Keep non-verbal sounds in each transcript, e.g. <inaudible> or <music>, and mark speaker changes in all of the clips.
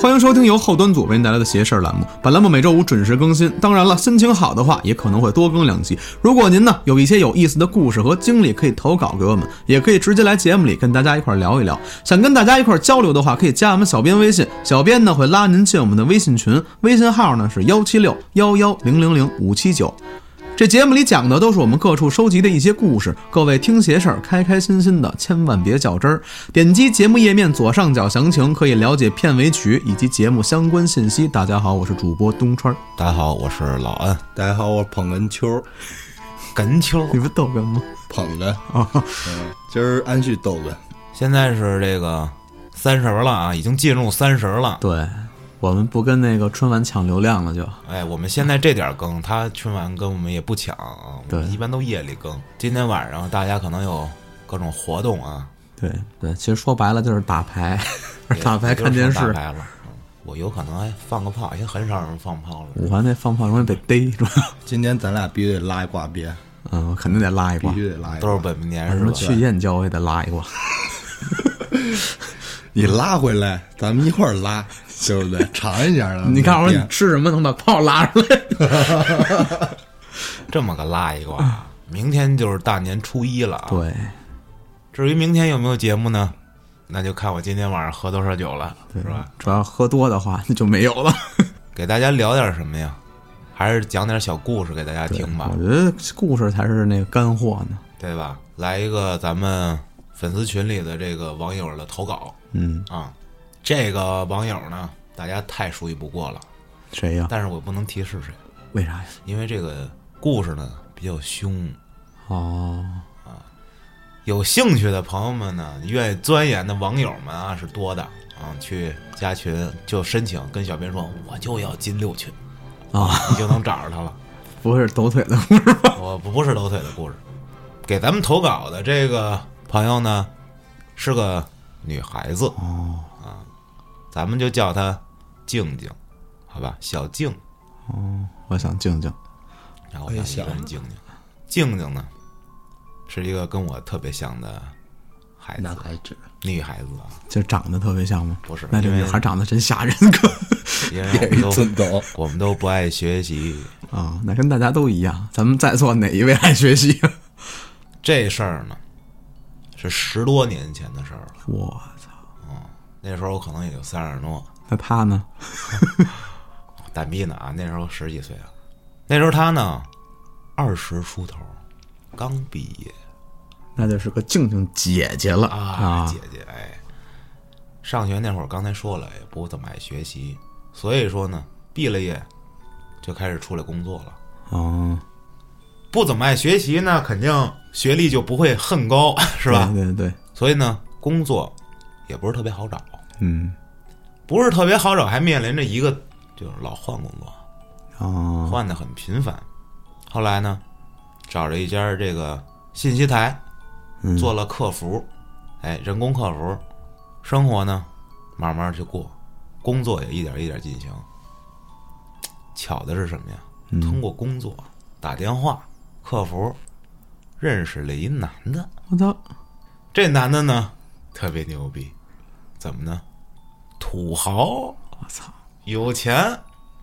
Speaker 1: 欢迎收听由后端组为您带来的“邪事儿”栏目，本栏目每周五准时更新。当然了，心情好的话，也可能会多更两期。如果您呢有一些有意思的故事和经历，可以投稿给我们，也可以直接来节目里跟大家一块儿聊一聊。想跟大家一块儿交流的话，可以加我们小编微信，小编呢会拉您进我们的微信群，微信号呢是幺七六幺幺零零零五七九。这节目里讲的都是我们各处收集的一些故事，各位听邪事儿，开开心心的，千万别较真儿。点击节目页面左上角详情，可以了解片尾曲以及节目相关信息。大家好，我是主播东川儿，
Speaker 2: 大家好，我是老安，
Speaker 3: 大家好，我是捧哏秋，
Speaker 2: 哏秋。
Speaker 1: 你不逗哏吗？
Speaker 3: 捧哏啊，嗯今儿安旭逗哏，
Speaker 2: 现在是这个三十儿了啊，已经进入三十儿了。
Speaker 1: 对，我们不跟那个春晚抢流量了就，
Speaker 2: 哎，我们现在这点儿更，他春晚跟我们也不抢啊，我
Speaker 1: 对
Speaker 2: 们一般都夜里更。今天晚上大家可能有各种活动啊，
Speaker 1: 对对，其实说白了就是打 <laughs> 牌，打牌
Speaker 2: 也就是
Speaker 1: 看电
Speaker 2: 打
Speaker 1: 视。
Speaker 2: 牌了。嗯我有可能还放个炮，也很少有人放炮了。
Speaker 1: 我还那放炮容易被逮，主要，
Speaker 3: 今年咱俩必须得拉一挂鞭，
Speaker 1: 嗯，我肯定得拉一
Speaker 3: 必
Speaker 1: 挂，
Speaker 3: 须得拉一
Speaker 2: 都
Speaker 3: 挂，
Speaker 2: 是本命年
Speaker 1: 什
Speaker 2: 是
Speaker 1: 么
Speaker 2: 吧？
Speaker 1: 去燕郊也得拉一挂。
Speaker 3: 你拉回来，咱们一块儿拉，对不对？尝一下啊！
Speaker 1: 你告诉我
Speaker 3: 那
Speaker 1: 你
Speaker 3: 鞭
Speaker 1: 吃什么能把炮拉出来？
Speaker 2: 这么个拉一卦，明天就是大年初一了啊。
Speaker 1: 啊对。
Speaker 2: 至于明天有没有节目呢，那就看我今天晚上喝多少酒了，是吧？
Speaker 1: 主要喝多的话，那就没有了。
Speaker 2: 给大家聊点什么呀？还是讲点小故事给大家听吧
Speaker 1: 我，觉得故事才是那个干货呢。
Speaker 2: 对吧？来一个咱们粉丝群里的这个网友的投稿
Speaker 1: 嗯，
Speaker 2: 啊，这个网友呢，大家太熟悉不过了，
Speaker 1: 谁呀？
Speaker 2: 但是我不能提示谁，
Speaker 1: 为啥呀？
Speaker 2: 因为这个故事呢比较凶。
Speaker 1: 哦，
Speaker 2: 有兴趣的朋友们呢，愿意钻研的网友们啊是多的啊，去加群就申请，跟小编说我就要进六群，
Speaker 1: 啊，
Speaker 2: 你就能找着他了。
Speaker 1: 不会是抖腿的故事吧？
Speaker 2: 我不不是抖腿的故事。给咱们投稿的这个朋友呢，是个女孩子啊，
Speaker 3: 哦
Speaker 2: 咱们就叫她静静，好吧，小静。
Speaker 1: 我想静静。
Speaker 2: 然后
Speaker 3: 哎
Speaker 2: 我想一个人静静，静静呢，是一个跟我特别像的孩子，
Speaker 3: 还止，
Speaker 2: 女孩
Speaker 3: <laughs>
Speaker 2: 子啊，
Speaker 1: 就长得特别像吗？
Speaker 2: 不是
Speaker 1: 那这
Speaker 2: 因为
Speaker 1: 女孩长得真吓人， <laughs> 哥
Speaker 2: 因
Speaker 3: 也
Speaker 2: 为
Speaker 3: 是
Speaker 2: 我
Speaker 3: 尊
Speaker 2: 们都
Speaker 3: 斗，
Speaker 2: 我们都不爱学习。
Speaker 1: 啊，那跟大家都一样。咱们在座哪一位爱学习？
Speaker 2: 这事儿呢，是十多年前的事儿了，
Speaker 1: <laughs> 我操！
Speaker 2: 那时候我可能也就三十多，
Speaker 1: 那他呢？
Speaker 2: 蛋逼呢啊，那时候十几岁啊，那时候他呢二十出头，刚毕业
Speaker 1: 那就是个静静姐啊姐了
Speaker 2: 姐姐哎，上学那会儿刚才说了也不怎么爱学习，所以说呢，毕了业就开始出来工作了。
Speaker 1: 哦，
Speaker 2: 不怎么爱学习呢，肯定学历就不会很高， <laughs> 是吧？
Speaker 1: 对对对，
Speaker 2: 所以呢，工作也不是特别好找，
Speaker 1: 嗯，
Speaker 2: 不是特别好找，还面临着一个就是老换工作，
Speaker 1: 哦，
Speaker 2: 换的很频繁。后来呢，找了一家这个信息台，做了客服，哎，人工客服，生活呢慢慢去过，工作也一点一点进行。巧的是什么呀？通过工作打电话，客服认识了一男的，
Speaker 1: 我操！
Speaker 2: 这男的呢特别牛逼，怎么呢？土豪，
Speaker 1: 我操！
Speaker 2: 有钱，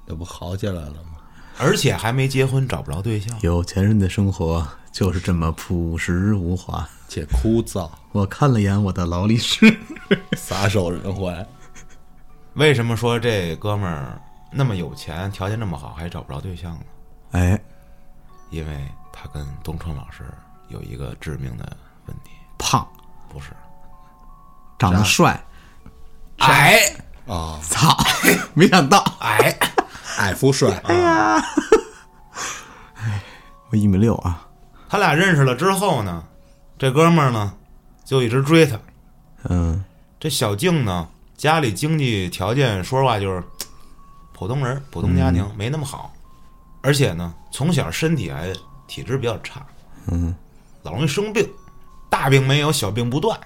Speaker 3: 这不好起来了吗？
Speaker 2: 而且还没结婚，找不着对象。
Speaker 1: 有钱人的生活就是这么朴实无华。
Speaker 3: 且枯燥，
Speaker 1: 我看了眼我的劳力士， <laughs>
Speaker 3: 撒手人寰，
Speaker 2: 为什么说这哥们儿那么有钱，条件那么好，还找不着对象呢？
Speaker 1: 哎，
Speaker 2: 因为他跟东川老师有一个致命的问题，
Speaker 1: 胖，
Speaker 2: 不是
Speaker 1: 长得帅，
Speaker 2: 矮
Speaker 3: 啊，
Speaker 1: 操， <laughs> 没想到
Speaker 2: 矮，
Speaker 3: 矮富帅，
Speaker 1: 我一米六啊，
Speaker 2: 他俩认识了之后呢，这哥们儿呢就一直追他。
Speaker 1: 嗯，
Speaker 2: 这小静呢，家里经济条件说实话就是普通人，普通家庭、
Speaker 1: 嗯
Speaker 2: 没那么好，而且呢，从小身体还体质比较差，嗯，老容易生病，大病没有，小病不断。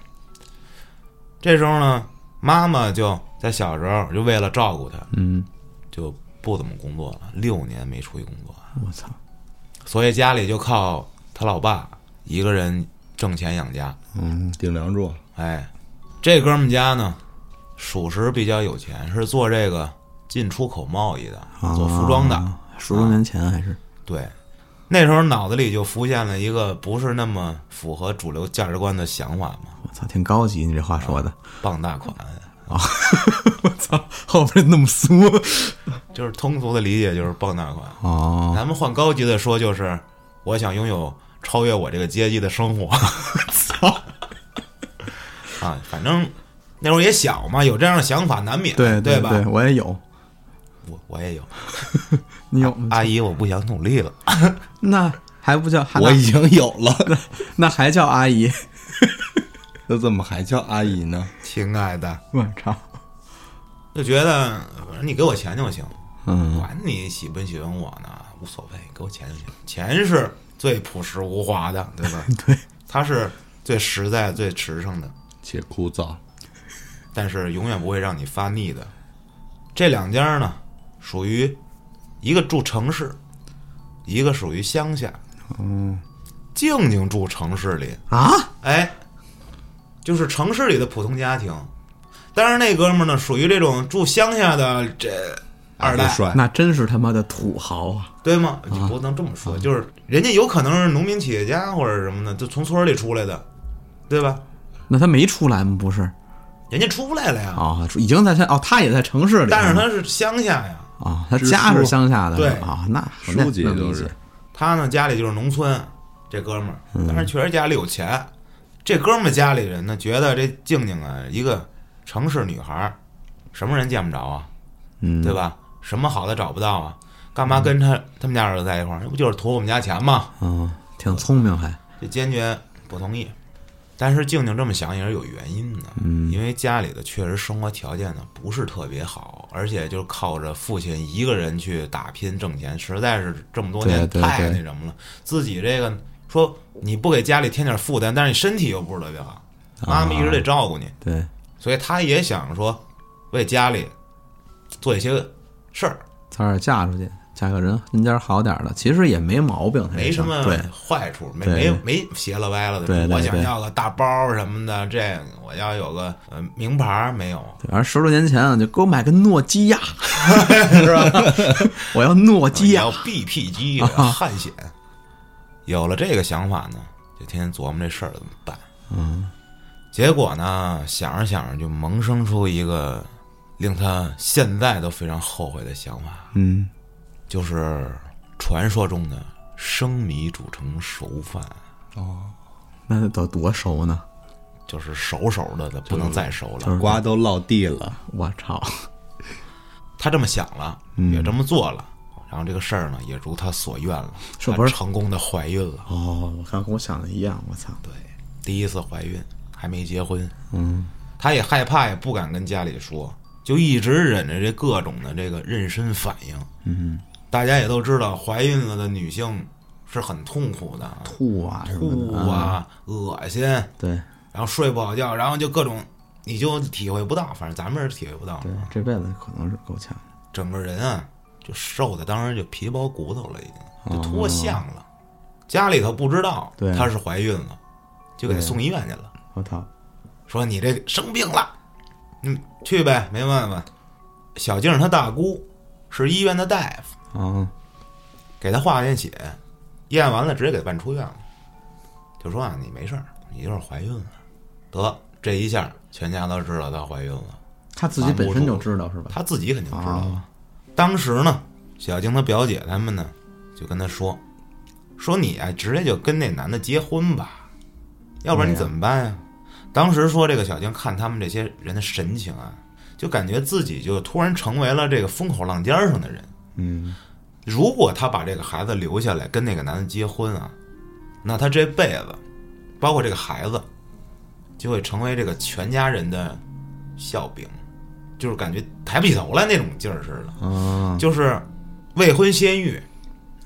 Speaker 2: 这时候呢，妈妈就在小时候就为了照顾他，
Speaker 1: 嗯，
Speaker 2: 就不怎么工作了，六年没出去工作，
Speaker 1: 我操，
Speaker 2: 所以家里就靠他老爸一个人挣钱养家。
Speaker 3: 嗯，顶梁柱，
Speaker 2: 哎，这哥们家呢，属实比较有钱，是做这个进出口贸易的，做服装的。
Speaker 1: 啊，十多年前还是
Speaker 2: 对，那时候脑子里就浮现了一个不是那么符合主流价值观的想法嘛，
Speaker 1: 我操，挺高级，你这话说的，
Speaker 2: 傍大款。
Speaker 1: <laughs> 我操，后边那么俗
Speaker 2: 就是通俗的理解就是傍大款，
Speaker 1: <laughs> 哦，
Speaker 2: 咱们换高级的说就是，我想拥有超越我这个阶级的生活。 <laughs>
Speaker 1: 操，
Speaker 2: 啊，反正那会儿也小嘛，有这样的想法难免，
Speaker 1: 对
Speaker 2: 对吧？
Speaker 1: 对，我也有，
Speaker 2: 我我也有，
Speaker 1: 你有吗？
Speaker 2: 阿姨，我不想努力了。
Speaker 1: 那还不叫，还
Speaker 3: 我已经有了，
Speaker 1: 那还叫阿姨？ <laughs>
Speaker 3: 那怎么还叫阿姨呢？
Speaker 2: 亲爱的，
Speaker 1: 我操，
Speaker 2: 就觉得反正你给我钱就行，
Speaker 1: 嗯，
Speaker 2: 管你喜不喜欢我呢，无所谓，给我钱就行。钱是最朴实无华的，对吧？
Speaker 1: <laughs> 对，
Speaker 2: 它是最实在、最实诚的，
Speaker 3: 且枯燥，
Speaker 2: 但是永远不会让你发腻的。这两家呢，属于一个住城市，一个属于乡下。嗯，静静住城市里，
Speaker 1: 啊，
Speaker 2: 哎，就是城市里的普通家庭。但是那哥们儿呢，属于这种住乡下的这二代
Speaker 3: 不，帅，
Speaker 1: 那真是他妈的土豪啊！
Speaker 2: 对吗？你不能这么说，就是人家有可能是农民企业家或者什么的，就从村儿里出来的，对吧？
Speaker 1: 那他没出来吗？不是
Speaker 2: 人家出来了呀，
Speaker 1: 啊、已经在乡哦，他也在城市里，
Speaker 2: 但是
Speaker 1: 吗
Speaker 2: 他是乡下呀，
Speaker 1: 啊、他
Speaker 3: 支
Speaker 1: 家是
Speaker 3: 书
Speaker 1: 乡下的，
Speaker 2: 对
Speaker 1: 啊、那我那
Speaker 3: 书记
Speaker 1: 能
Speaker 3: 就
Speaker 1: 理
Speaker 3: 是
Speaker 1: 解
Speaker 2: 他呢家里就是农村，这哥们儿，但是确实家里有钱。这哥们儿家里人呢，觉得这静静啊，一个城市女孩儿，什么人见不着啊，
Speaker 1: 嗯，
Speaker 2: 对吧？什么好的找不到啊？干嘛跟他他们家儿子在一块儿？那不就是图我们家钱吗？
Speaker 1: 嗯，挺聪明还，
Speaker 2: 这坚决不同意。但是静静这么想也是有原因的，
Speaker 1: 嗯
Speaker 2: 因为家里的确实生活条件呢不是特别好，而且就靠着父亲一个人去打拼挣钱，实在是这么多年
Speaker 1: 对对
Speaker 2: 太
Speaker 1: 对
Speaker 2: 那什么了。自己这个说你不给家里添点负担，但是你身体又不是特别好，
Speaker 1: 啊
Speaker 2: 妈妈一直得照顾你，
Speaker 1: 对，
Speaker 2: 所以他也想说为家里做一些事儿，
Speaker 1: 早点嫁出去，嫁个人人家好点儿的，其实也没毛病，他这
Speaker 2: 没什么
Speaker 1: 事儿对，
Speaker 2: 坏处，没
Speaker 1: 对
Speaker 2: 没
Speaker 1: 对
Speaker 2: 没邪了歪了的。
Speaker 1: 对对
Speaker 2: 我想
Speaker 1: 对
Speaker 2: 要个大包什么的，这个我要有个呃名牌儿没有，
Speaker 1: 对而十多年前啊，就给我买个诺基亚， <laughs> 是吧？ <laughs> 哎我要诺基
Speaker 2: 也
Speaker 1: 亚
Speaker 2: 要，
Speaker 1: <laughs>
Speaker 2: BP 机汗险。有了这个想法呢，就天天琢磨这事儿怎么办。嗯，结果呢，想着想着就萌生出一个令他现在都非常后悔的想法，
Speaker 1: 嗯，
Speaker 2: 就是传说中的生米煮成熟饭。
Speaker 1: 那得多熟呢？
Speaker 2: 就是熟熟的的，不能再熟了。
Speaker 3: 瓜都落地了，
Speaker 1: 我操，
Speaker 2: 他这么想了，
Speaker 1: 嗯
Speaker 2: 也这么做了，然后这个事儿呢也如他所愿了，
Speaker 1: 是
Speaker 2: 她
Speaker 1: 不是
Speaker 2: 成功的怀孕了？
Speaker 1: 哦，我看跟我想的一样，我操，
Speaker 2: 对，第一次怀孕还没结婚，嗯，他也害怕，也不敢跟家里说，就一直忍着这各种的这个妊娠反应。嗯，大家也都知道，怀孕了的女性是很痛苦的，
Speaker 1: 吐啊什么
Speaker 2: 吐
Speaker 1: 的，
Speaker 2: 啊，恶心，
Speaker 1: 对
Speaker 2: 然后睡不好觉，然后就各种。你就体会不到，反正咱们是体会不到。
Speaker 1: 对，这辈子可能是够呛。
Speaker 2: 整个人啊就瘦的，当时就皮包骨头了，已经就脱相了。家里头不知道
Speaker 1: 对
Speaker 2: 她是怀孕了，就给送医院去了，
Speaker 1: 我操，
Speaker 2: 说你这生病了，嗯，去呗，没办法。小静她大姑是医院的大夫，
Speaker 1: 啊，
Speaker 2: 给她化验血，验完了直接给办出院了，就说啊你没事儿，你就是怀孕了，得这一下全家都知道她怀孕了。
Speaker 1: 他自己本身就知道是吧？
Speaker 2: 他自己肯定知道。
Speaker 1: 啊
Speaker 2: 当时呢，小静她表姐他们呢，就跟她说，说你啊，直接就跟那男的结婚吧，要不然你怎么办呀、当时说这个小静看他们这些人的神情啊，就感觉自己就突然成为了这个风口浪尖上的人。
Speaker 1: 嗯，
Speaker 2: 如果她把这个孩子留下来跟那个男的结婚啊，那她这辈子，包括这个孩子，就会成为这个全家人的笑柄，就是感觉抬不起头来那种劲儿似的。
Speaker 1: 啊，
Speaker 2: 就是未婚先孕，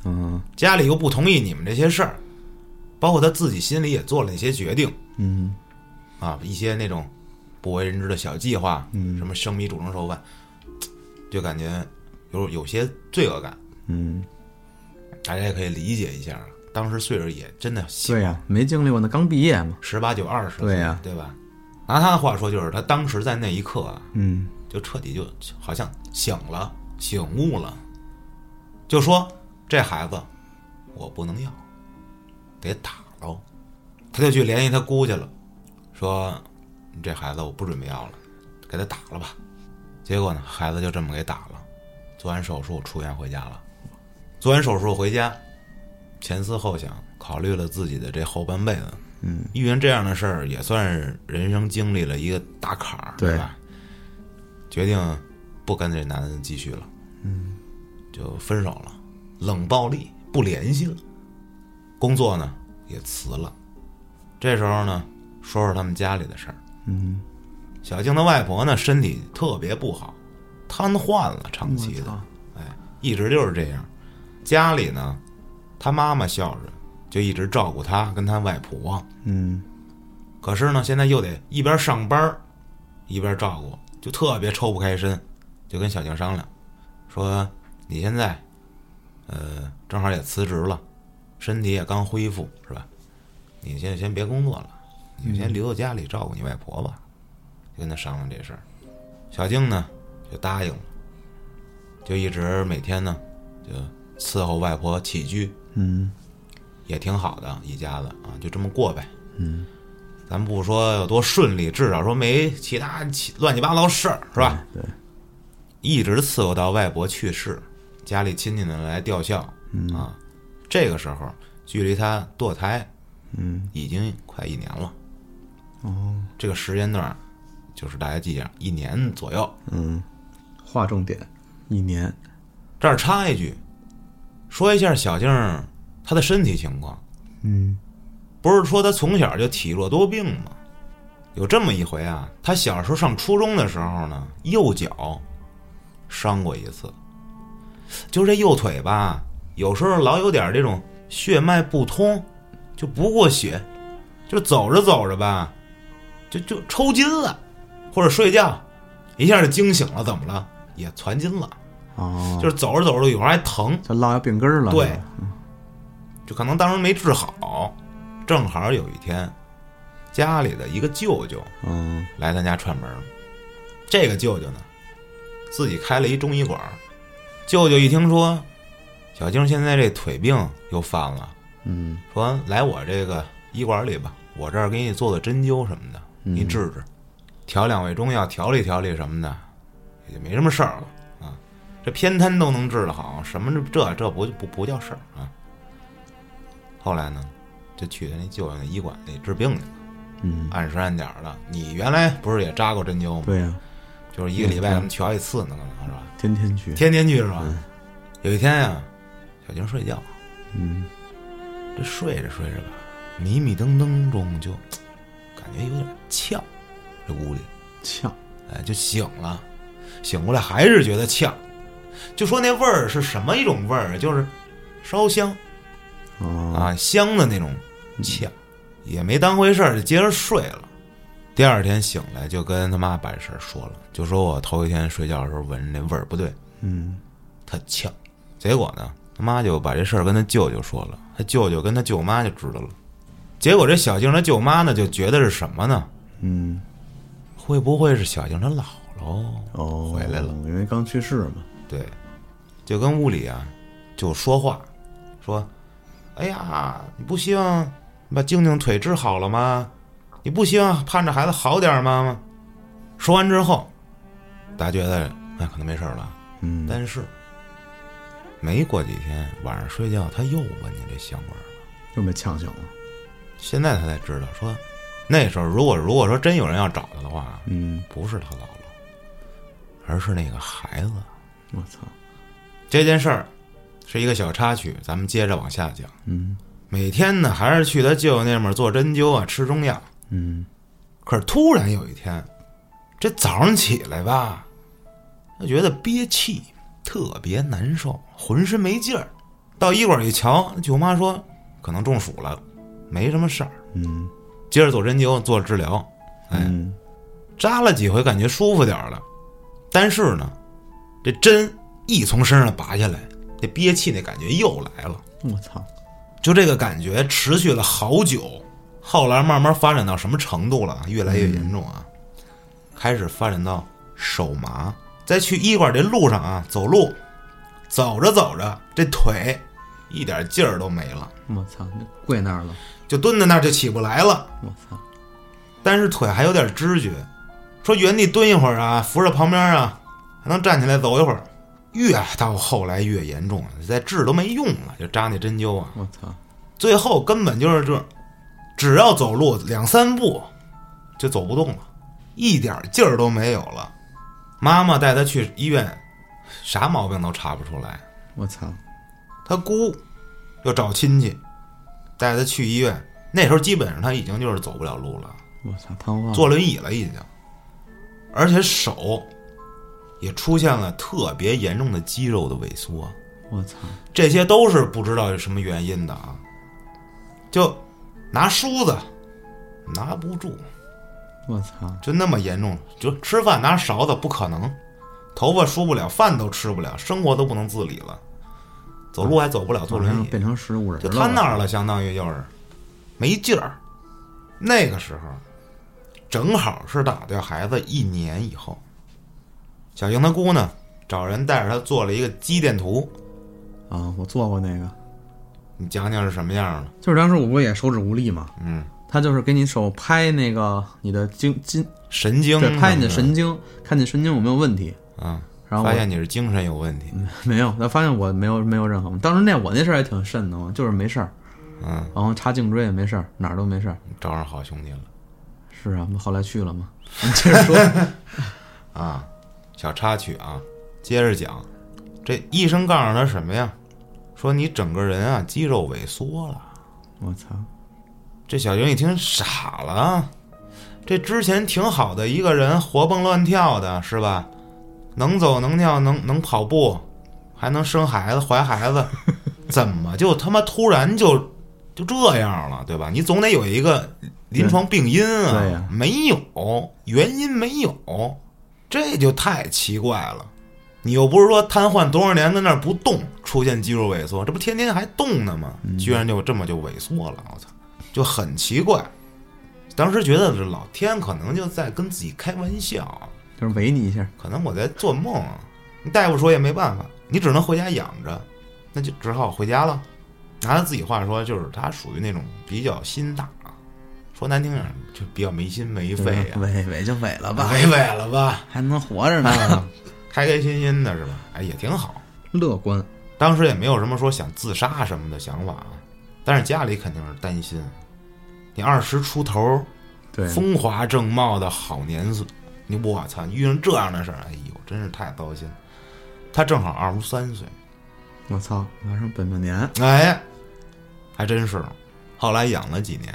Speaker 1: 嗯
Speaker 2: 家里又不同意你们这些事儿，包括他自己心里也做了一些决定
Speaker 1: 嗯，
Speaker 2: 啊，一些那种不为人知的小计划，
Speaker 1: 嗯
Speaker 2: 什么生米煮成熟饭，就感觉有有些罪恶感，
Speaker 1: 嗯，
Speaker 2: 大家也可以理解一下。啊当时岁数也真的小
Speaker 1: 对，呀，没经历过那刚毕业嘛，
Speaker 2: 十八九二十，
Speaker 1: 对呀
Speaker 2: 对吧？拿他的话说，就是他当时在那一刻啊，
Speaker 3: 嗯
Speaker 2: 就彻底就好像醒了、醒悟了，就说这孩子我不能要，得打喽。他就去联系他姑去了，说你这孩子我不准备要了，给他打了吧。结果呢，孩子就这么给打了，做完手术出院回家了。做完手术回家，前思后想，考虑了自己的这后半辈子。嗯，遇见这样的事儿也算是人生经历了一个大坎儿，
Speaker 3: 对
Speaker 2: 对吧？决定不跟这男的继续了，嗯，就分手了，冷暴力，不联系了，工作呢也辞了。这时候呢，说说他们家里的事儿。嗯，小静的外婆呢身体特别不好，瘫痪了，长期的，一直就是这样。家里呢，他妈妈孝顺，就一直照顾他跟他外婆。
Speaker 3: 嗯，
Speaker 2: 可是呢，现在又得一边上班儿，一边照顾，就特别抽不开身，就跟小静商量，说你现在，呃，正好也辞职了，身体也刚恢复，是吧？你先先别工作了，你就先留在家里照顾你外婆吧。就跟他商量这事儿，小静呢就答应了，就一直每天呢就伺候外婆起居，嗯，也挺好的，一家子啊，就这么过呗。咱不说有多顺利，至少说没其他奇乱七八糟事儿，是吧？嗯对，一直伺候到外婆去世，家里亲戚呢来吊孝、啊。这个时候，距离她堕胎，嗯，已经快一年了。哦，这个时间段儿，就是大家记一下，一年左右。
Speaker 1: 划重点，一年，
Speaker 2: 这儿插一句，说一下小静儿她的身体情况。
Speaker 1: 嗯，
Speaker 2: 不是说她从小就体弱多病吗？有这么一回啊，她小时候上初中的时候呢，右脚伤过一次，就这右腿吧，有时候老有点这种血脉不通，就不过血，就走着走着吧，就就抽筋了，或者睡觉一下就惊醒了，怎么了？也攒筋了。
Speaker 1: 哦，
Speaker 2: 就是走着走着有时候还疼，
Speaker 1: 就落下病根儿了。
Speaker 2: 对，就可能当时没治好。正好有一天，家里的一个舅舅
Speaker 1: 嗯，
Speaker 2: 来咱家串门儿，这个舅舅呢，自己开了一中医馆儿。舅舅一听说小静现在这腿病又犯了，
Speaker 1: 嗯，
Speaker 2: 说来我这个医馆里吧，我这儿给你做做针灸什么的，你治治，调两味中药调理调理什么的，也就没什么事儿了啊。这偏瘫都能治得好，什么这这不不不叫事儿啊。后来呢，就去他那舅舅那医馆里治病去了，
Speaker 1: 嗯，
Speaker 2: 按时按点儿的。你原来不是也扎过针灸吗？
Speaker 1: 对呀、
Speaker 2: 就是一个礼拜咱们调一次呢，可能是吧？
Speaker 1: 天天去，
Speaker 2: 天天去是吧？有一天呀、小静睡觉，
Speaker 1: 嗯，
Speaker 2: 这睡着睡着吧，迷迷瞪瞪中就感觉有点呛，这屋里，
Speaker 1: 呛，
Speaker 2: 哎，就醒了，醒过来还是觉得呛，就说那味儿是什么一种味儿，啊就是烧香
Speaker 1: 哦，
Speaker 2: 啊香的那种呛，也没当回事儿，就接着睡了。第二天醒来就跟他妈把这事儿说了，就说我头一天睡觉的时候闻着那味儿不对，
Speaker 1: 嗯，
Speaker 2: 他呛。结果呢，他妈就把这事儿跟他舅舅说了，他舅舅跟他舅妈就知道了。结果这小静她舅妈呢，就觉得是什么呢？
Speaker 1: 嗯，
Speaker 2: 会不会是小静她姥姥？
Speaker 1: 哦，
Speaker 2: 回来了，
Speaker 1: 因为刚去世嘛。
Speaker 2: 对，就跟屋里啊就说话，说：“哎呀，你不希望你把静静腿治好了吗？你不希望盼着孩子好点儿吗？”说完之后，大家觉得哎可能没事儿了，
Speaker 1: 嗯，
Speaker 2: 但是没过几天晚上睡觉，他又闻见这香味儿了。
Speaker 1: 又被呛醒了。
Speaker 2: 现在他才知道说，那时候如果如果说真有人要找他的话，
Speaker 1: 嗯，
Speaker 2: 不是他姥姥，而是那个孩子。
Speaker 1: 我操，
Speaker 2: 这件事儿是一个小插曲，咱们接着往下讲。
Speaker 1: 嗯
Speaker 2: 每天呢，还是去他舅舅那边做针灸啊，吃中药。
Speaker 1: 嗯，
Speaker 2: 可是突然有一天，这早上起来吧，就觉得憋气，特别难受，浑身没劲儿。到医馆一瞧，舅妈说可能中暑了，没什么事儿。
Speaker 1: 嗯
Speaker 2: 接着做针灸，做治疗，
Speaker 1: 嗯，
Speaker 2: 扎了几回，感觉舒服点儿了。但是呢，这针一从身上拔下来，这憋气那感觉又来了。
Speaker 1: 我操，
Speaker 2: 就这个感觉持续了好久，后来慢慢发展到什么程度了？越来越严重啊，开始发展到手麻。在去医馆这路上啊，走路，走着走着，这腿一点劲儿都没了，
Speaker 1: 我操，那跪那儿了，
Speaker 2: 就蹲在那儿就起不来了。
Speaker 1: 我操，
Speaker 2: 但是腿还有点知觉，说原地蹲一会儿啊，扶着旁边啊，还能站起来走一会儿。越到后来越严重了，再治都没用了，就扎那针灸啊。
Speaker 1: 我操，
Speaker 2: 最后根本就是这，只要走路两三步就走不动了，一点劲儿都没有了。妈妈带他去医院，啥毛病都查不出来。
Speaker 1: 我操，
Speaker 2: 他姑又找亲戚，带他去医院。那时候基本上他已经就是走不了路了，
Speaker 1: 我操，瘫痪了，
Speaker 2: 坐轮椅了已经，而且手也出现了特别严重的肌肉的萎缩。
Speaker 1: 我操，
Speaker 2: 这些都是不知道有什么原因的啊。就拿梳子拿不住，
Speaker 1: 我操，
Speaker 2: 就那么严重，就吃饭拿勺子不可能，头发梳不了，饭都吃不了，生活都不能自理了，走路还走不了，坐轮
Speaker 1: 马上
Speaker 2: 椅，
Speaker 1: 变成食物人
Speaker 2: 就
Speaker 1: 了，
Speaker 2: 瘫那儿了，相当于就是没劲儿。那个时候正好是打掉孩子一年以后，小英她姑呢找人带着她做了一个肌电图，
Speaker 1: 啊！我做过那个，
Speaker 2: 你讲讲是什么样的？
Speaker 1: 就是当时我不也手指无力嘛，
Speaker 2: 嗯，
Speaker 1: 他就是给你手拍那个你的经筋，
Speaker 2: 神经
Speaker 1: 对，拍你的
Speaker 2: 什么
Speaker 1: 神经，看你神经有没有问题。
Speaker 2: 啊，
Speaker 1: 然后
Speaker 2: 发
Speaker 1: 我嗯
Speaker 2: 现你是精神有问题，
Speaker 1: <laughs> 没有，他发现我没有没有任何，当时那我那事儿还挺瘆的嘛，就是没事儿，
Speaker 2: 嗯，
Speaker 1: 然后插颈椎也没事儿，哪儿都没事儿。
Speaker 2: 找上好兄弟了
Speaker 1: 是啊，后来去了嘛。 <laughs> 你接着说，
Speaker 2: 啊。小插曲啊，接着讲，这医生告诉他什么呀？说你整个人啊肌肉萎缩了。
Speaker 1: 我操，
Speaker 2: 这小英一听傻了，这之前挺好的一个人，活蹦乱跳的是吧？能走能跳能能跑步，还能生孩子怀
Speaker 1: <laughs>
Speaker 2: 孩子，怎么就他妈突然就就这样了，对吧？你总得有一个临床病因啊，
Speaker 1: 对呀
Speaker 2: 没有原因没有，这就太奇怪了。你又不是说瘫痪多少年跟那儿不动，出现肌肉萎缩，这不天天还动呢吗？
Speaker 1: 嗯
Speaker 2: 居然就这么就萎缩了，我操，就很奇怪。当时觉得这老天可能就在跟自己开玩笑，
Speaker 1: 就是围你一下，
Speaker 2: 可能我在做梦。你大夫说也没办法，你只能回家养着，那就只好回家了。拿他自己话说，就是他属于那种比较心大，啊说难听点儿就比较没心没肺啊呀、
Speaker 1: 尾尾就尾了吧，
Speaker 2: 违违了吧，
Speaker 1: 还能活着
Speaker 2: 啊 <laughs>
Speaker 1: 呢，
Speaker 2: 开开心心的是吧？哎，也挺好。
Speaker 1: 乐观。
Speaker 2: 当时也没有什么说想自杀什么的想法，啊，但是家里肯定是担心。你二十出头，
Speaker 1: 对，
Speaker 2: 风华正茂的好年岁，你我操，你遇上这样的事儿，哎呦，真是太糟心了。他正好二十三岁，
Speaker 1: 我操，马上本命年，
Speaker 2: 哎，还真是。后来养了几年，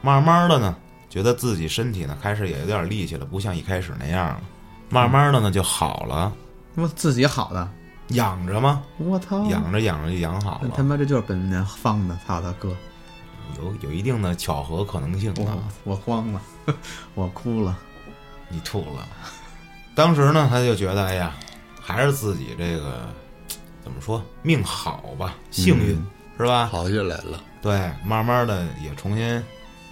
Speaker 2: 慢慢的呢，觉得自己身体呢开始也有点力气了，不像一开始那样了。慢慢的呢就好了，
Speaker 1: 我自己好的，
Speaker 2: 养着嘛，
Speaker 1: 我操，
Speaker 2: 养着养着就养好
Speaker 1: 那他
Speaker 2: 了，
Speaker 1: 妈这就是本命年放的，操他哥，
Speaker 2: 有有一定的巧合可能性啊。
Speaker 1: 我我慌了， <laughs> 我哭了，
Speaker 2: 你吐了。当时呢，他就觉得，哎呀，还是自己这个怎么说，命好吧，幸运、是吧？
Speaker 3: 跑起来了，
Speaker 2: 对，慢慢的也重新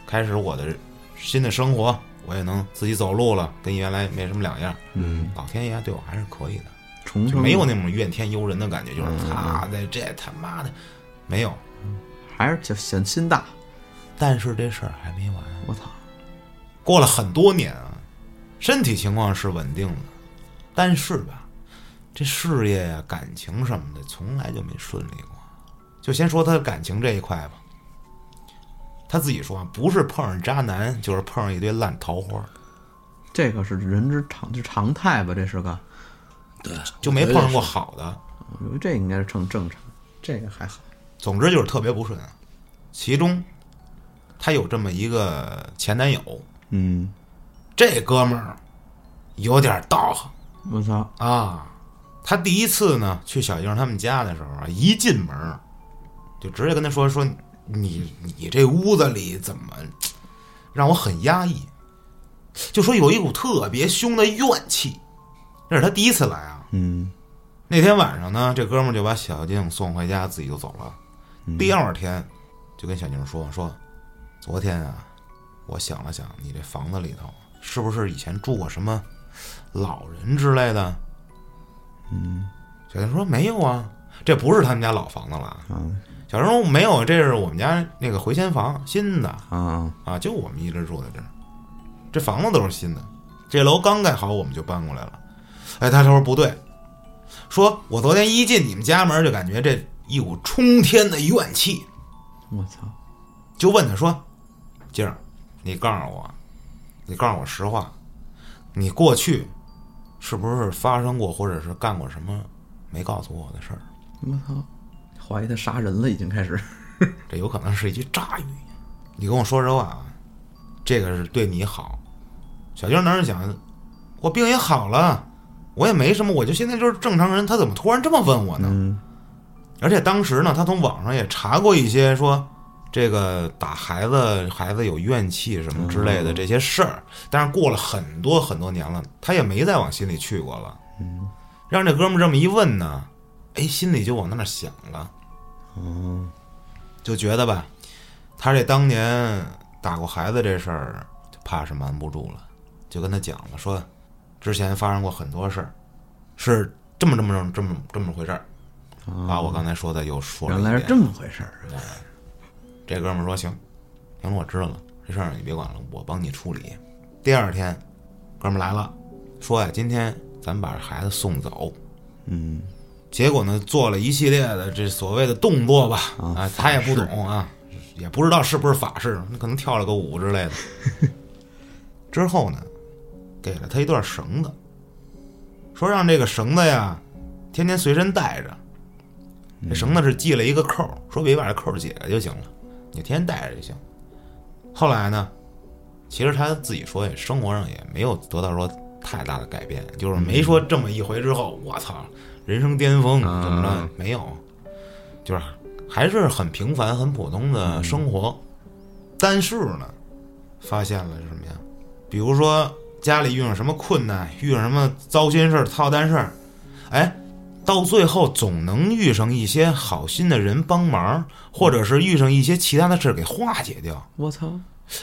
Speaker 2: 开始我的新的生活，我也能自己走路了，跟原来没什么两样。
Speaker 3: 嗯，
Speaker 2: 老天爷对我还是可以的，
Speaker 1: 重
Speaker 2: 就
Speaker 1: 生
Speaker 2: 没有那种怨天尤人的感觉，就是他的这他妈的没有。
Speaker 1: 还是就显心大，
Speaker 2: 但是这事儿还没完，
Speaker 1: 我操，
Speaker 2: 过了很多年啊，身体情况是稳定的，但是吧，这事业呀、感情什么的，从来就没顺利过。就先说他的感情这一块吧，他自己说啊，不是碰上渣男，就是碰上一堆烂桃花，
Speaker 1: 这个是人之常就常态吧，这是个，
Speaker 3: 对，
Speaker 2: 就没碰上过好的。
Speaker 1: 我觉得这应该是正正常，这个还好，
Speaker 2: 总之就是特别不顺啊。其中，他有这么一个前男友，
Speaker 1: 嗯，
Speaker 2: 这哥们儿有点道行。
Speaker 1: 我操，
Speaker 2: 啊，他第一次呢去小英他们家的时候啊，一进门儿就直接跟他说说你你这屋子里怎么让我很压抑，就说有一股特别凶的怨气。那是他第一次来啊。
Speaker 1: 嗯，
Speaker 2: 那天晚上呢，这哥们儿就把小静送回家，自己就走了。第二天就跟小静说说，昨天啊，我想了想，你这房子里头是不是以前住过什么老人之类的？小天说没有啊，这不是他们家老房子了。
Speaker 1: 嗯
Speaker 2: 小天说没有，这是我们家那个回迁房，新的
Speaker 1: 啊，
Speaker 2: 啊，就我们一直住在这儿，这房子都是新的，这楼刚盖好我们就搬过来了。哎，他说不对，说我昨天一进你们家门就感觉这一股冲天的怨气，
Speaker 1: 我操，
Speaker 2: 就问他说：“静儿，你告诉我，你告诉我实话，你过去是不是发生过或者是干过什么没告诉我的事儿？
Speaker 1: 我操，怀疑他杀人了，已经开始。
Speaker 2: 这有可能是一句诈语。你跟我说实话啊，这个是对你好。”小娟当时想，我病也好了，我也没什么，我就现在就是正常人，他怎么突然这么问我呢？
Speaker 1: 嗯
Speaker 2: 而且当时呢，他从网上也查过一些说这个打孩子、孩子有怨气什么之类
Speaker 1: 嗯
Speaker 2: 的这些事儿，但是过了很多很多年了，他也没再往心里去过了。嗯，让这哥们儿这么一问呢，哎，心里就往那儿想了。哦，就觉得吧，他这当年打过孩子这事儿，就怕是瞒不住了，就跟他讲了，说之前发生过很多事儿，是这么这么这么这么这么回事儿。把我刚才说的又说了一
Speaker 1: 哦原
Speaker 2: 遍。
Speaker 1: 来是这么回事儿。啊
Speaker 2: 这哥们儿说行，行了，我知道了，这事儿你别管了，我帮你处理。第二天，哥们儿来了，说呀，今天咱把孩子送走。
Speaker 1: 嗯，
Speaker 2: 结果呢，做了一系列的这所谓的动作吧，
Speaker 1: 啊
Speaker 2: 啊，
Speaker 1: 法
Speaker 2: 他也不
Speaker 1: 事
Speaker 2: 懂啊，也不知道是不是法式，可能跳了个舞之类
Speaker 1: <laughs>
Speaker 2: 的。之后呢，给了他一段绳子，说让这个绳子呀，天天随身带着。这绳子是系了一个扣儿，说别把这扣儿解开就行了，你天天带着就行。后来呢，其实他自己说也生活上也没有得到说太大的改变，就是没说这么一回之后，我操，人生巅峰怎
Speaker 1: 啊
Speaker 2: 么着没有，就是还是很平凡、很普通的生活。但是呢，发现了什么呀？比如说家里遇上什么困难，遇上什么糟心事儿、操蛋事儿，哎，到最后总能遇上一些好心的人帮忙，或者是遇上一些其他的事儿给化解掉。
Speaker 1: 我操，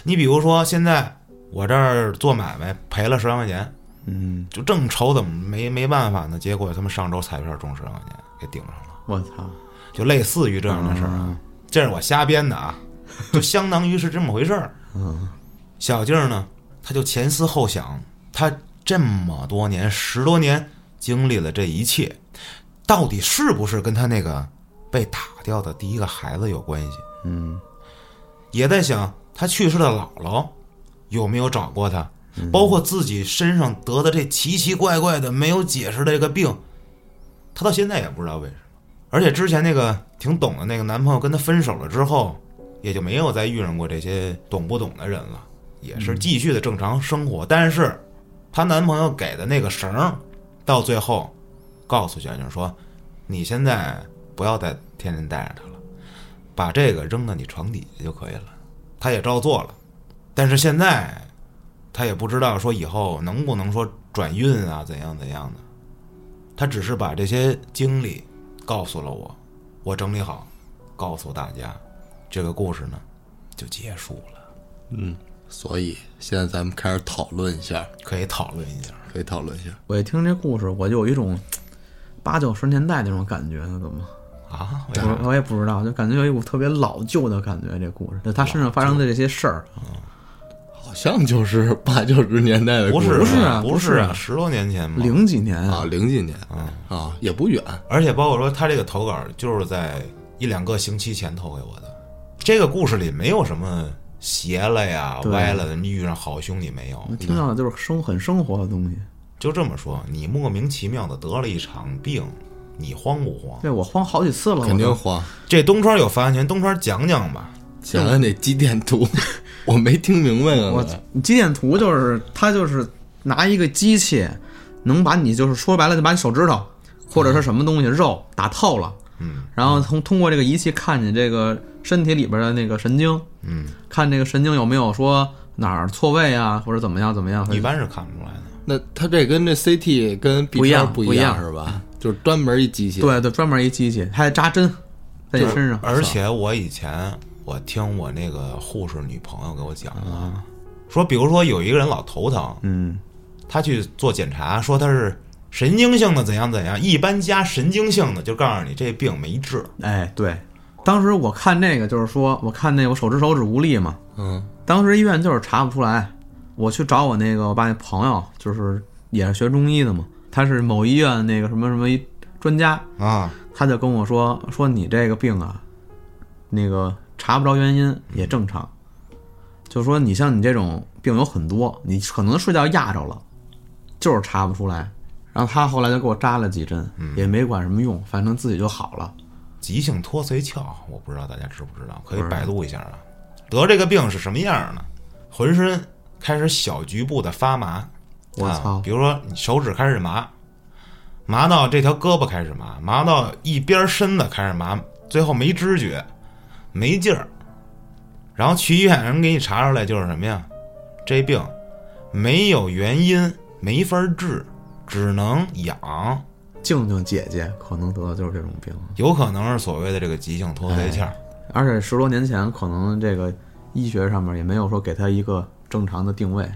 Speaker 2: 你比如说，现在我这儿做买卖赔了十万块钱，
Speaker 1: 嗯，
Speaker 2: 就正愁怎么没没办法呢，结果他们上周彩票中十万块钱给顶上了，
Speaker 1: 我操，
Speaker 2: 就类似于这样的事儿啊。这是我瞎编的啊，就相当于是这么回事儿。小静儿呢，她就前思后想，她这么多年十多年经历了这一切，到底是不是跟她那个被打掉的第一个孩子有关系？
Speaker 1: 嗯，
Speaker 2: 也在想他去世的姥姥有没有找过他，包括自己身上得的这奇奇怪怪的没有解释的这个病，他到现在也不知道为什么。而且之前那个挺懂的那个男朋友跟她分手了之后，也就没有再遇上过这些懂不懂的人了，也是继续的正常生活。但是她男朋友给的那个绳儿，到最后告诉小静说：“你现在不要再天天带着他了。”把这个扔到你床底下就可以了。他也照做了，但是现在他也不知道说以后能不能说转运啊，怎样怎样的。他只是把这些经历告诉了我，我整理好，告诉大家，这个故事呢就结束了，
Speaker 3: 所以现在咱们开始讨论一下，
Speaker 2: 可以讨论一下。
Speaker 3: 可以讨论一下。
Speaker 1: 我一听这故事，我就有一种八九十年代那种感觉，怎么？
Speaker 2: 啊，为啥
Speaker 1: 我我也不知道，就感觉有一股特别老旧的感觉。这故事，就他身上发生的这些事儿，
Speaker 3: 好像就是八九十年代的故
Speaker 2: 不
Speaker 3: 事
Speaker 2: 是
Speaker 1: 不是啊
Speaker 2: 不
Speaker 1: 不是
Speaker 2: 啊，
Speaker 1: 啊
Speaker 2: 十多年前嘛。
Speaker 1: 零几年
Speaker 3: 啊，零几年啊，也不远。
Speaker 2: 而且包括说他这个投稿就是在一两个星期前投给我的。这个故事里没有什么邪了呀、
Speaker 1: 对
Speaker 2: 歪了的，你遇上好兄弟没有
Speaker 1: 我？听到的就是生很生活的东西。
Speaker 2: 就这么说，你莫名其妙的得了一场病，你慌不慌？
Speaker 1: 对我慌好几次了，
Speaker 3: 肯定
Speaker 1: 我都
Speaker 3: 慌。
Speaker 2: 这东川有发言权，东川讲讲吧。
Speaker 3: 讲讲那肌电
Speaker 1: <laughs>
Speaker 3: 图，我没听明白啊。
Speaker 1: 我肌电图就是它就是拿一个机器，能把你就是说白了就把你手指头或者是什么东西肉打透了，
Speaker 2: 嗯，
Speaker 1: 然后通通过这个仪器看你这个身体里边的那个神经，
Speaker 2: 嗯，
Speaker 1: 看这个神经有没有说哪儿错位啊，或者怎么样怎么样。
Speaker 2: 一般是看不出来的。
Speaker 3: 那它这跟这 CT 跟 B
Speaker 1: 不一样
Speaker 3: 超不
Speaker 1: 不一样
Speaker 3: 是吧？就是专门一机器。
Speaker 1: 啊对对，专门一机器，还得扎针在你身上。
Speaker 2: 而且我以前我听我那个护士女朋友给我讲的，说比如说有一个人老头疼，
Speaker 1: 嗯，
Speaker 2: 他去做检查，说他是神经性的怎样怎样，一般加神经性的就告诉你这病没治。
Speaker 1: 哎，对，当时我看那个就是说，我看那我手指手指无力嘛，
Speaker 3: 嗯，
Speaker 1: 当时医院就是查不出来。我去找我那个我爸那朋友，就是也是学中医的嘛，他是某医院那个什么什么一专家，
Speaker 2: 啊，
Speaker 1: 他就跟我说说你这个病啊，那个查不着原因也正常，就说你像你这种病有很多，你可能睡觉压着了，就是查不出来。然后他后来就给我扎了几针，也没管什么用，反正自己就好了。
Speaker 2: 急性脱髓鞘，我不知道大家知不知道，可以百度一下啊。得这个病是什么样呢？浑身开始小局部的发麻，
Speaker 1: 我操
Speaker 2: 啊！比如说你手指开始麻，麻到这条胳膊开始麻，麻到一边身子开始麻，最后没知觉，没劲儿。然后去医院，人给你查出来就是什么呀？这病没有原因，没法治，只能养，
Speaker 1: 静静姐姐可能得的就是这种病，
Speaker 2: 有可能是所谓的这个急性脱髓鞘。
Speaker 1: 而且十多年前可能这个医学上面也没有说给他一个正常的定位。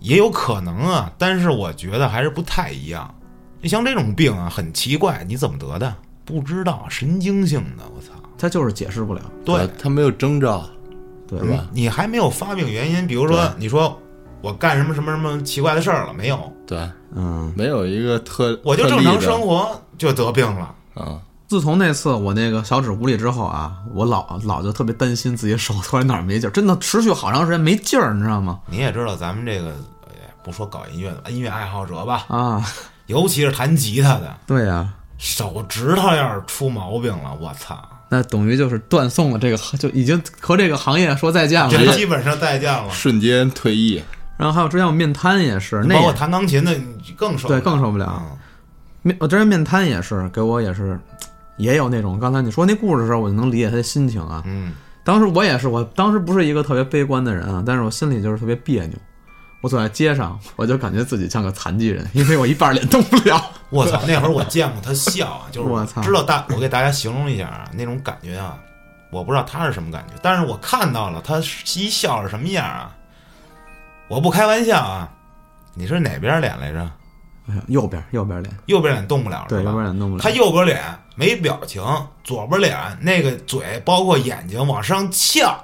Speaker 2: 也有可能啊，但是我觉得还是不太一样。你像这种病啊，很奇怪，你怎么得的？不知道，神经性的，我操！
Speaker 1: 他就是解释不了，
Speaker 2: 对嗯
Speaker 3: 他，他没有征兆，
Speaker 1: 对
Speaker 3: 是吧？
Speaker 2: 你还没有发病原因，比如说你说我干什么什么什么奇怪的事儿了没有？
Speaker 3: 对，
Speaker 1: 嗯，
Speaker 3: 没有一个特
Speaker 2: 我就
Speaker 3: 特
Speaker 2: 正
Speaker 3: 例
Speaker 2: 常
Speaker 3: 的
Speaker 2: 生活就得病了。
Speaker 3: 啊，
Speaker 1: 自从那次我那个小指无力之后啊，我老老就特别担心自己手突然哪儿没劲儿，真的持续好长时间没劲儿，你知道吗？
Speaker 2: 你也知道咱们这个，哎不说搞音乐的音乐爱好者吧，
Speaker 1: 啊，
Speaker 2: 尤其是弹吉他的，
Speaker 1: 对呀、
Speaker 2: 手指头要是出毛病了，我操，
Speaker 1: 那等于就是断送了这个，就已经和这个行业说再见了。
Speaker 2: 这基本上再见了。
Speaker 3: 瞬间退役，
Speaker 1: 然后还有之前我面瘫也是，那
Speaker 2: 包括
Speaker 1: 也
Speaker 2: 弹钢琴的，你更受
Speaker 1: 对更受不了。
Speaker 2: 嗯
Speaker 1: 面我之前面瘫也是，给我也是，也有那种刚才你说那故事的时候，我就能理解他的心情啊。
Speaker 2: 嗯。
Speaker 1: 当时我也是，我当时不是一个特别悲观的人啊，但是我心里就是特别别扭。我走在街上，我就感觉自己像个残疾人，因为我一半脸动不了。
Speaker 2: 我操，那会儿我见过他笑啊，就是
Speaker 1: 我操
Speaker 2: 知道大，我给大家形容一下啊，那种感觉啊，我不知道他是什么感觉，但是我看到了他一笑是什么样啊，我不开玩笑啊，你是哪边脸来着？
Speaker 1: 哎呀右边右边脸，
Speaker 2: 右边脸动不了是吧？
Speaker 1: 对，右边脸弄不了。
Speaker 2: 他右边脸没表情，左边脸那个嘴包括眼睛往上翘，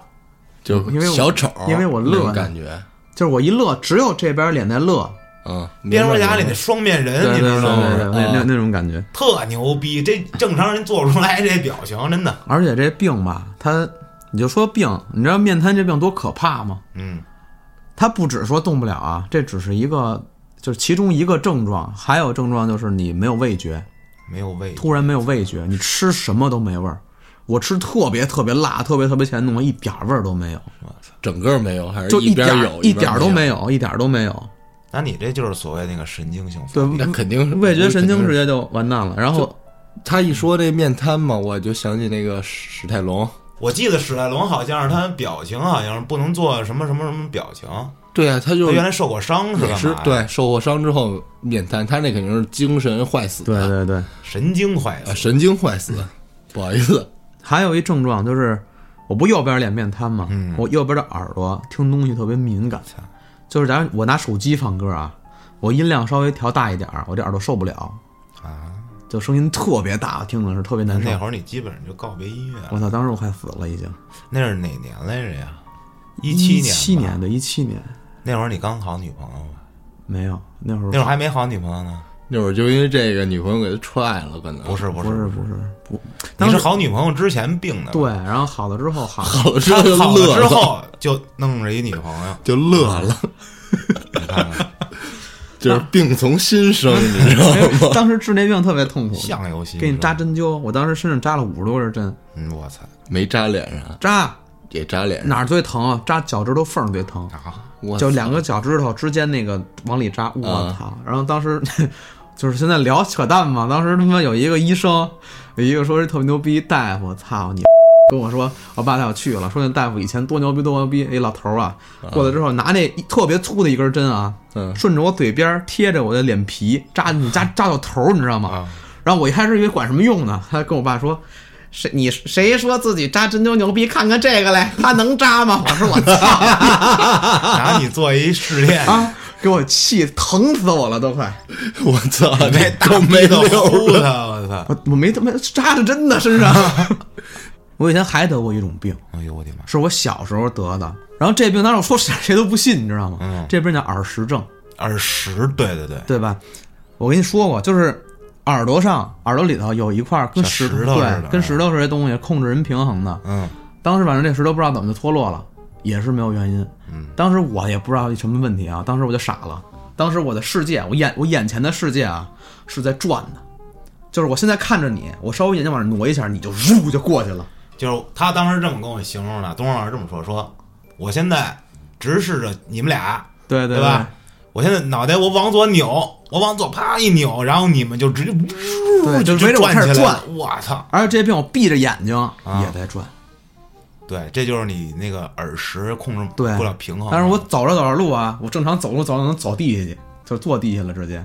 Speaker 3: 就
Speaker 1: 因为我
Speaker 3: 小丑，
Speaker 1: 因为我乐
Speaker 3: 那种
Speaker 1: 呢
Speaker 3: 感觉，
Speaker 1: 就是我一乐，只有这边脸在乐，
Speaker 3: 嗯，
Speaker 2: 蝙蝠侠里
Speaker 3: 明
Speaker 2: 那
Speaker 3: 白
Speaker 2: 双面人，
Speaker 1: 对
Speaker 2: 哎你
Speaker 1: 对对
Speaker 2: 知道
Speaker 1: 对
Speaker 2: 吗？啊
Speaker 1: 对，那那那种感觉。
Speaker 2: 特牛逼，这正常人做不出来这表情，真的。
Speaker 1: 而且这病吧，他你就说病，你知道面瘫这病多可怕吗？
Speaker 2: 嗯，
Speaker 1: 它不只说动不了啊，这只是一个，就是其中一个症状，还有症状就是你没有味觉，
Speaker 2: 没有味道。
Speaker 1: 突然没有味觉，你吃什么都没味儿。我吃特别特别辣，特别特别咸的东西，一点儿味儿都没有，
Speaker 3: 整个没有，还是
Speaker 1: 就
Speaker 3: 一
Speaker 1: 点
Speaker 3: 边
Speaker 1: 儿
Speaker 3: 有
Speaker 1: 一点儿都
Speaker 3: 没
Speaker 1: 没有，一点儿都没有。
Speaker 2: 那你这就是所谓那个神经性发
Speaker 1: 对，
Speaker 3: <laughs> 那肯定是
Speaker 1: 味觉神经直
Speaker 3: 是。
Speaker 1: 接就完蛋了。然后
Speaker 3: 他一说这面瘫嘛，我就想起那个史泰龙，
Speaker 2: 我记得史泰龙好像是他表情好像是不能做什么什么什么表情，
Speaker 3: 对啊，他就
Speaker 2: 他原来受过伤是
Speaker 3: 也
Speaker 2: 吧？
Speaker 3: 是对受过伤之后面瘫，他那肯定是精神坏死
Speaker 1: 对
Speaker 3: 的，
Speaker 1: 对对，
Speaker 2: 神经坏
Speaker 3: 啊，
Speaker 2: 死。
Speaker 3: 神经坏死，不好意思，
Speaker 1: 还有一症状就是，我不右边脸面瘫嘛，
Speaker 2: 嗯
Speaker 1: 我右边的耳朵听东西特别敏感
Speaker 2: 操，
Speaker 1: 就是假如我拿手机放歌啊，我音量稍微调大一点儿，我这耳朵受不了
Speaker 2: 啊，
Speaker 1: 就声音特别大，听的是特别难受
Speaker 2: 那。会儿你基本上就告别音乐了，
Speaker 1: 我操，当时我快死了，已经
Speaker 2: 那是哪年来着呀？一七年，
Speaker 1: 七年，对，一七年
Speaker 2: 那会儿你刚好女朋友吧？
Speaker 1: 没有，那会儿
Speaker 2: 那会儿还没好女朋友呢？
Speaker 3: 那会儿就因为这个女朋友给他踹了，可能
Speaker 2: 不是不
Speaker 1: 不
Speaker 2: 是
Speaker 1: 是，不是不，
Speaker 2: 你
Speaker 1: 当
Speaker 2: 是
Speaker 1: 时
Speaker 2: 好女朋友之前病的，
Speaker 1: 对，，然后好了之后好了，
Speaker 3: 好了之
Speaker 2: 他
Speaker 3: 后就
Speaker 2: 好
Speaker 3: 乐
Speaker 2: 了之
Speaker 3: 了，
Speaker 2: 后就弄着一女朋友，
Speaker 3: 就乐了，
Speaker 2: 你看看
Speaker 3: 就是病从心生，你知道
Speaker 1: <laughs>
Speaker 3: 吗？ <laughs>
Speaker 1: 当时治那病特别痛苦，
Speaker 2: 像游戏
Speaker 1: 给你扎
Speaker 2: 是吧，
Speaker 1: 针灸，我当时身上扎了五十多根针，
Speaker 2: 嗯，我操
Speaker 3: 没扎脸上，
Speaker 1: 扎
Speaker 3: 也扎脸上，
Speaker 1: 哪儿最疼啊？扎脚趾头缝儿最疼。
Speaker 2: 啊！
Speaker 3: 我
Speaker 1: 就两个脚趾头之间那个往里扎，我
Speaker 3: 啊
Speaker 1: 操！然后当时 <laughs> 就是现在聊扯淡嘛，当时他妈有一个医生，有一个说是特别牛逼大夫，操你！跟我说，我爸带我去了，说那大夫以前多牛逼多牛逼，一老头儿啊，过来之后拿那一特别粗的一根针啊，
Speaker 3: 嗯
Speaker 1: 顺着我嘴边儿贴着我的脸
Speaker 3: <laughs> 嗯
Speaker 1: 皮扎进去，扎扎到头儿，你知道吗？
Speaker 2: 啊
Speaker 1: 然后我一开始以为管什么用呢，他跟我爸说：“
Speaker 4: 谁你谁说自己扎针灸牛逼？看看这个来，他能扎吗？我说我操
Speaker 2: 拿你做一试验， <laughs>
Speaker 4: 啊！给我气疼死我了，都快！
Speaker 3: 我操，
Speaker 2: 那
Speaker 3: 这
Speaker 2: 哎大
Speaker 3: 都没
Speaker 2: 逼的
Speaker 3: 溜
Speaker 2: 呼
Speaker 3: 了。
Speaker 2: 他，我操！
Speaker 1: 我我没他妈扎着针呢身上。 <laughs> 我以前还得过一种病，
Speaker 2: 哎呦我的妈！
Speaker 1: 是我小时候得的。然后这病当时我说谁谁都不信，你知道吗？
Speaker 2: 嗯
Speaker 1: 这病叫耳石症，
Speaker 2: 二十，对对对，
Speaker 1: 对吧？我跟你说过，就是耳朵上耳朵里头有一块跟
Speaker 2: 小
Speaker 1: 石
Speaker 2: 石头似的
Speaker 1: 对，跟石头似的东西控制人平衡的。
Speaker 2: 嗯，
Speaker 1: 当时反正这石头不知道怎么就脱落了，也是没有原因。嗯，当时我也不知道什么问题啊，当时我就傻了。当时我的世界，我眼我眼前的世界啊是在转的，就是我现在看着你，我稍微眼睛往上挪一下，你就呜就过去了。
Speaker 2: 就是他当时这么跟我形容的，东升老师这么说，说我现在直视着你们俩，
Speaker 1: 对对
Speaker 2: 吧？我现在脑袋我往左扭，我往左啪一扭，然后你们就直接
Speaker 1: 对
Speaker 2: 呜
Speaker 1: 就围着我
Speaker 2: 转
Speaker 1: 开始
Speaker 2: 起来了
Speaker 1: 转。
Speaker 2: 我操！
Speaker 1: 而且这病我闭着眼睛也在转。
Speaker 2: 对，这就是你那个耳石控制
Speaker 1: 对
Speaker 2: 不了平衡。啊
Speaker 1: 但是我走着走着路啊，我正常走路走着能走地下去，就坐地下了直接。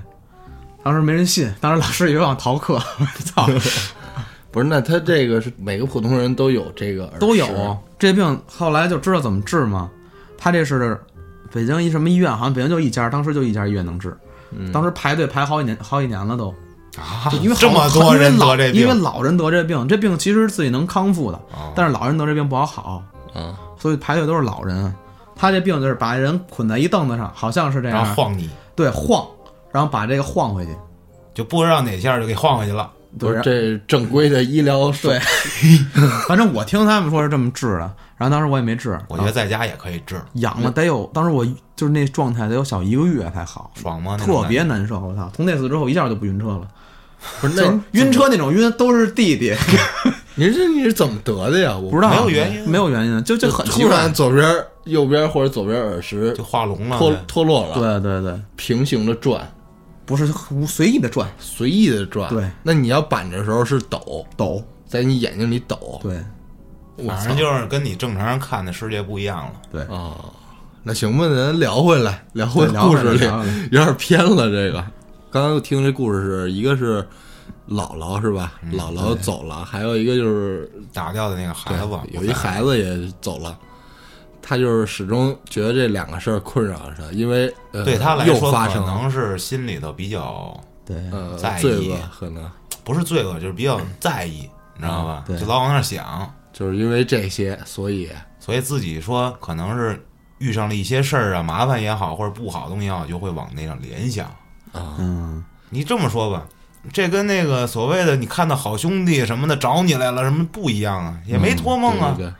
Speaker 1: 当时没人信，当时老师以为我想逃课， <laughs> 我操，
Speaker 3: 不是，那他这个是每个普通人都有这个耳石
Speaker 1: 都有啊这病。后来就知道怎么治嘛。他这是北京一什么医院，好像北京就一家，当时就一家医院能治。当时排队排好几年，好几年了都，
Speaker 2: 嗯啊
Speaker 1: 就因为好
Speaker 2: 这么多人得这
Speaker 1: 因为老因为
Speaker 2: 病，哦
Speaker 1: 老人得这病，这病其实自己能康复的，但是老人得这病不好好，
Speaker 2: 嗯
Speaker 3: 啊，
Speaker 1: 所以排队都是老人。他这病就是把人捆在一凳子上，好像是这
Speaker 2: 然
Speaker 1: 样
Speaker 2: 后，晃你，
Speaker 1: 对晃，然后把这个晃回去。
Speaker 2: 就不知道哪下就给晃回去了。
Speaker 1: 对
Speaker 3: 不是这正规的医疗
Speaker 1: 嗯
Speaker 3: 手
Speaker 1: 对反正我听他们说是这么治的，然后当时我也没治，
Speaker 2: 我觉得
Speaker 1: 然后
Speaker 2: 在家也可以治，
Speaker 1: 养了得有，当时我就是那状态得有小一个月才好，
Speaker 2: 爽吗？那种
Speaker 1: 特别
Speaker 2: 感
Speaker 1: 难受。我操！从那次之后一下就不晕车了，
Speaker 3: 不是
Speaker 1: 就
Speaker 3: 那
Speaker 1: 是晕车那种晕都是弟弟，
Speaker 3: 你这你是怎么得的呀？
Speaker 1: <laughs>
Speaker 3: 我
Speaker 1: 不知道
Speaker 2: 没有原因
Speaker 1: 没有原因，就就很奇
Speaker 3: 突
Speaker 1: 怪
Speaker 3: 然。左边、右边或者左边耳石
Speaker 2: 觉就画龙了
Speaker 3: 脱
Speaker 2: 呗。
Speaker 3: 脱落了，，
Speaker 1: 对对对，
Speaker 3: 平行的转，
Speaker 1: 不是无随意的转
Speaker 3: 随意的转。
Speaker 1: 对
Speaker 3: 那你要板着的时候是抖，
Speaker 1: 抖，
Speaker 3: 在你眼睛里抖。
Speaker 1: 对
Speaker 3: 我
Speaker 2: 反
Speaker 3: 操
Speaker 2: 正就是跟你正常人看的世界不一样了。
Speaker 1: 对，
Speaker 3: 啊！那行吧，咱聊回来，聊回
Speaker 1: 对聊
Speaker 3: 故
Speaker 1: 回来
Speaker 3: 事里
Speaker 1: 聊回来，
Speaker 3: 有点偏了。这个刚刚听这故事是一个是姥姥是吧？
Speaker 1: 嗯
Speaker 3: 姥姥走了，还有一个就是
Speaker 2: 打掉的那个孩子，我
Speaker 3: 嗯有一孩子也走了。他就是始终觉得这两个事儿困扰着他，因为、呃、
Speaker 2: 对他来
Speaker 3: 又
Speaker 2: 说
Speaker 3: 发
Speaker 2: 可
Speaker 3: 生了
Speaker 2: 能是心里头比较
Speaker 1: 对
Speaker 3: 呃
Speaker 2: 在意
Speaker 3: 罪恶，可能
Speaker 2: 不是罪恶，就是比较在意，你知道吧？
Speaker 3: 嗯
Speaker 1: 对
Speaker 2: 就老往那儿想，
Speaker 3: 就是因为这些，所以
Speaker 2: 所以自己说可能是遇上了一些事儿啊，麻烦也好，或者不好的东西也好，就会往那上联想。
Speaker 3: 啊，
Speaker 1: 嗯，
Speaker 2: 你这么说吧，这跟那个所谓的你看到好兄弟什么的找你来了什么不一样啊，也没托梦啊，
Speaker 3: 嗯对对对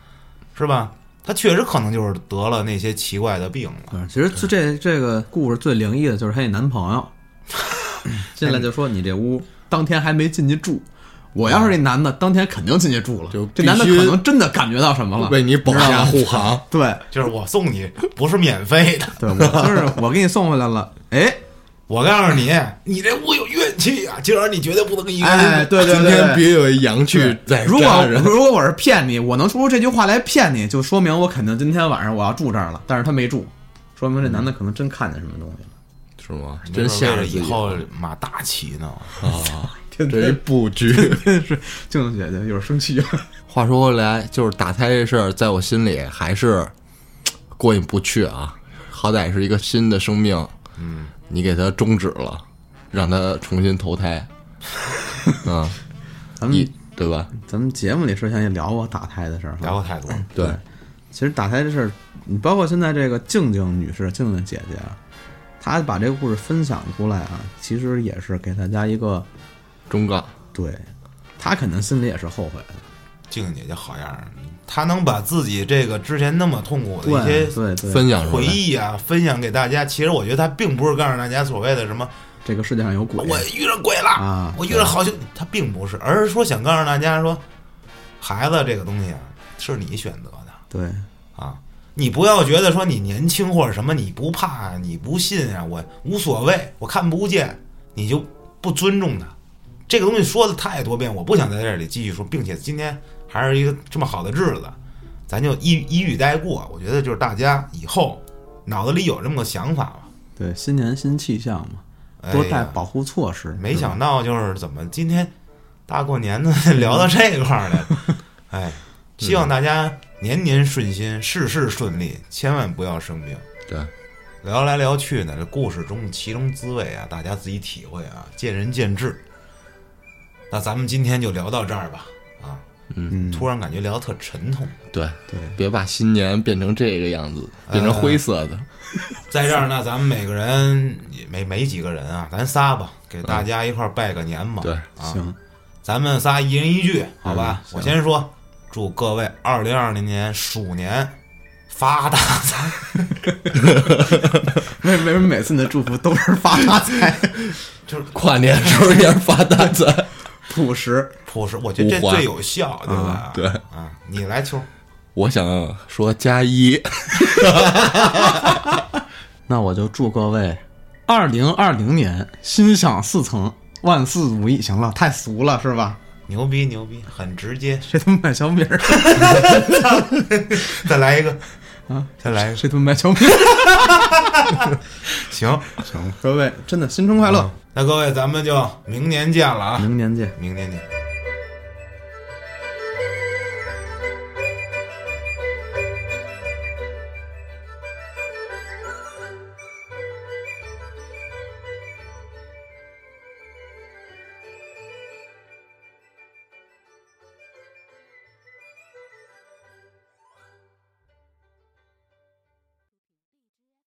Speaker 2: 是吧？他确实可能就是得了那些奇怪的病了。
Speaker 1: 反正其实就这这个故事最灵异的就是她那男朋
Speaker 3: <laughs>
Speaker 1: 友进来就说你这屋当天还没进去住，我要是那男的，当天肯定进去住了。
Speaker 3: 就
Speaker 1: 这男的
Speaker 3: 必须
Speaker 1: 可能真的感觉到什么了，
Speaker 3: 为你保
Speaker 1: 知道
Speaker 3: 驾
Speaker 1: 吗
Speaker 3: 护航。
Speaker 1: 对
Speaker 2: 就是我送你不是免费的，
Speaker 1: 对，我就是我给你送回来了，哎
Speaker 2: 我告诉你，你这屋有怨气啊！今儿你绝对不能一个人住。
Speaker 1: 哎，对对
Speaker 3: 今
Speaker 1: 对
Speaker 3: 天
Speaker 1: 对
Speaker 3: 别有一洋气在
Speaker 1: 如
Speaker 3: 扎
Speaker 1: 果
Speaker 3: 人
Speaker 1: 如果我是骗你，我能说出这句话来骗你，就说明我肯定今天晚上我要住这儿了。但是他没住，说明这男的可能真看见什么东西了。
Speaker 3: 是吗？
Speaker 2: 没准
Speaker 3: 真
Speaker 2: 儿
Speaker 3: 吓
Speaker 2: 为
Speaker 3: 着
Speaker 2: 了
Speaker 3: 自己
Speaker 2: 以后马大骑呢。
Speaker 3: 啊！
Speaker 1: 天
Speaker 3: 这一
Speaker 1: 天
Speaker 3: 布局。
Speaker 2: <laughs>
Speaker 1: 真是静静姐姐有点生气了。
Speaker 3: 话说回来，就是打胎这事儿，在我心里还是嘖过意不去啊。好歹是一个新的生命，嗯，你给他终止了，让他重新
Speaker 2: <laughs>
Speaker 3: 投胎，嗯，
Speaker 1: 咱
Speaker 3: 你
Speaker 1: 们
Speaker 3: 对吧？
Speaker 1: 咱们节目里之前也聊过打胎的事儿哈，
Speaker 2: 聊啊过太
Speaker 1: 嗯
Speaker 2: 多了，
Speaker 3: 对，
Speaker 1: 其实打胎这事儿，你包括现在这个静静女士、静静姐姐啊，她把这个故事分享出来啊，其实也是给大家一个
Speaker 3: 忠告。
Speaker 1: 对，她肯定心里也是后悔的。
Speaker 2: 静静姐姐好样儿，她能把自己这个之前那么痛苦的
Speaker 1: 对
Speaker 2: 一些
Speaker 1: 对对，
Speaker 3: 分享出
Speaker 2: 回
Speaker 3: 来，
Speaker 2: 忆啊，分享给大家。其实我觉得她并不是告诉大家所谓的什么
Speaker 1: 这个世界上有鬼，
Speaker 2: 我遇上鬼了，
Speaker 1: 啊
Speaker 2: 我遇上好兄，她并不是，而是说想告诉大家说，孩子这个东西啊，是你选择的
Speaker 1: 对
Speaker 2: 啊。你不要觉得说你年轻或者什么你不怕你不信啊，我无所谓，我看不见，你就不尊重他。这个东西说的太多遍，我不想在这里继续说，并且今天还是一个这么好的日子，咱就一一语带过。我觉得就是大家以后脑子里有这么个想法吧，
Speaker 1: 对，新年新气象嘛，
Speaker 2: 哎呀
Speaker 1: 多带保护措施。
Speaker 2: 没想到就是怎么今天大过年的 <laughs> 聊到这块儿来了，哎，希望大家年年顺心，事事顺利，千万不要生病。
Speaker 3: 对，
Speaker 2: 聊来聊去呢，这故事中其中滋味啊，大家自己体会啊，见仁见智。那咱们今天就聊到这儿吧，啊，
Speaker 1: 嗯，
Speaker 2: 突然感觉聊得特沉痛。
Speaker 3: 对对，哎别把新年变成这个样子，变成灰色的。
Speaker 2: 在这儿呢，咱们每个人也没没几个人啊，咱仨吧，给大家一块儿拜个年吧。
Speaker 3: 对嗯
Speaker 2: 啊，
Speaker 1: 行，
Speaker 2: 咱们仨一人一句，好吧？
Speaker 3: 行
Speaker 2: 我先说，祝各位二零二零年鼠年发大财。
Speaker 1: 为为什么每次你的祝福都是发大财、
Speaker 3: 跨年时候也是发大财。
Speaker 1: <laughs>
Speaker 3: <laughs>
Speaker 1: 朴实？
Speaker 2: 朴实，我觉得这
Speaker 3: 五花嗯
Speaker 2: 最有效，对吧？
Speaker 3: 对
Speaker 2: 啊，你来秋儿，
Speaker 3: 我想说加一，
Speaker 1: 那我就祝各位二零二零年心想事成，万事如意。行了，太俗了是吧？
Speaker 2: 牛逼牛逼，很直接。
Speaker 1: 谁他妈买小米 <laughs> 儿？
Speaker 2: <laughs> 再来一个，
Speaker 1: 嗯
Speaker 2: 啊，再来一个，
Speaker 1: 谁他妈买小米？
Speaker 2: 行，嗯
Speaker 1: 各位真的新春快乐，嗯
Speaker 2: 那各位咱们就明年见了啊，
Speaker 1: 明年见。
Speaker 2: 明年见。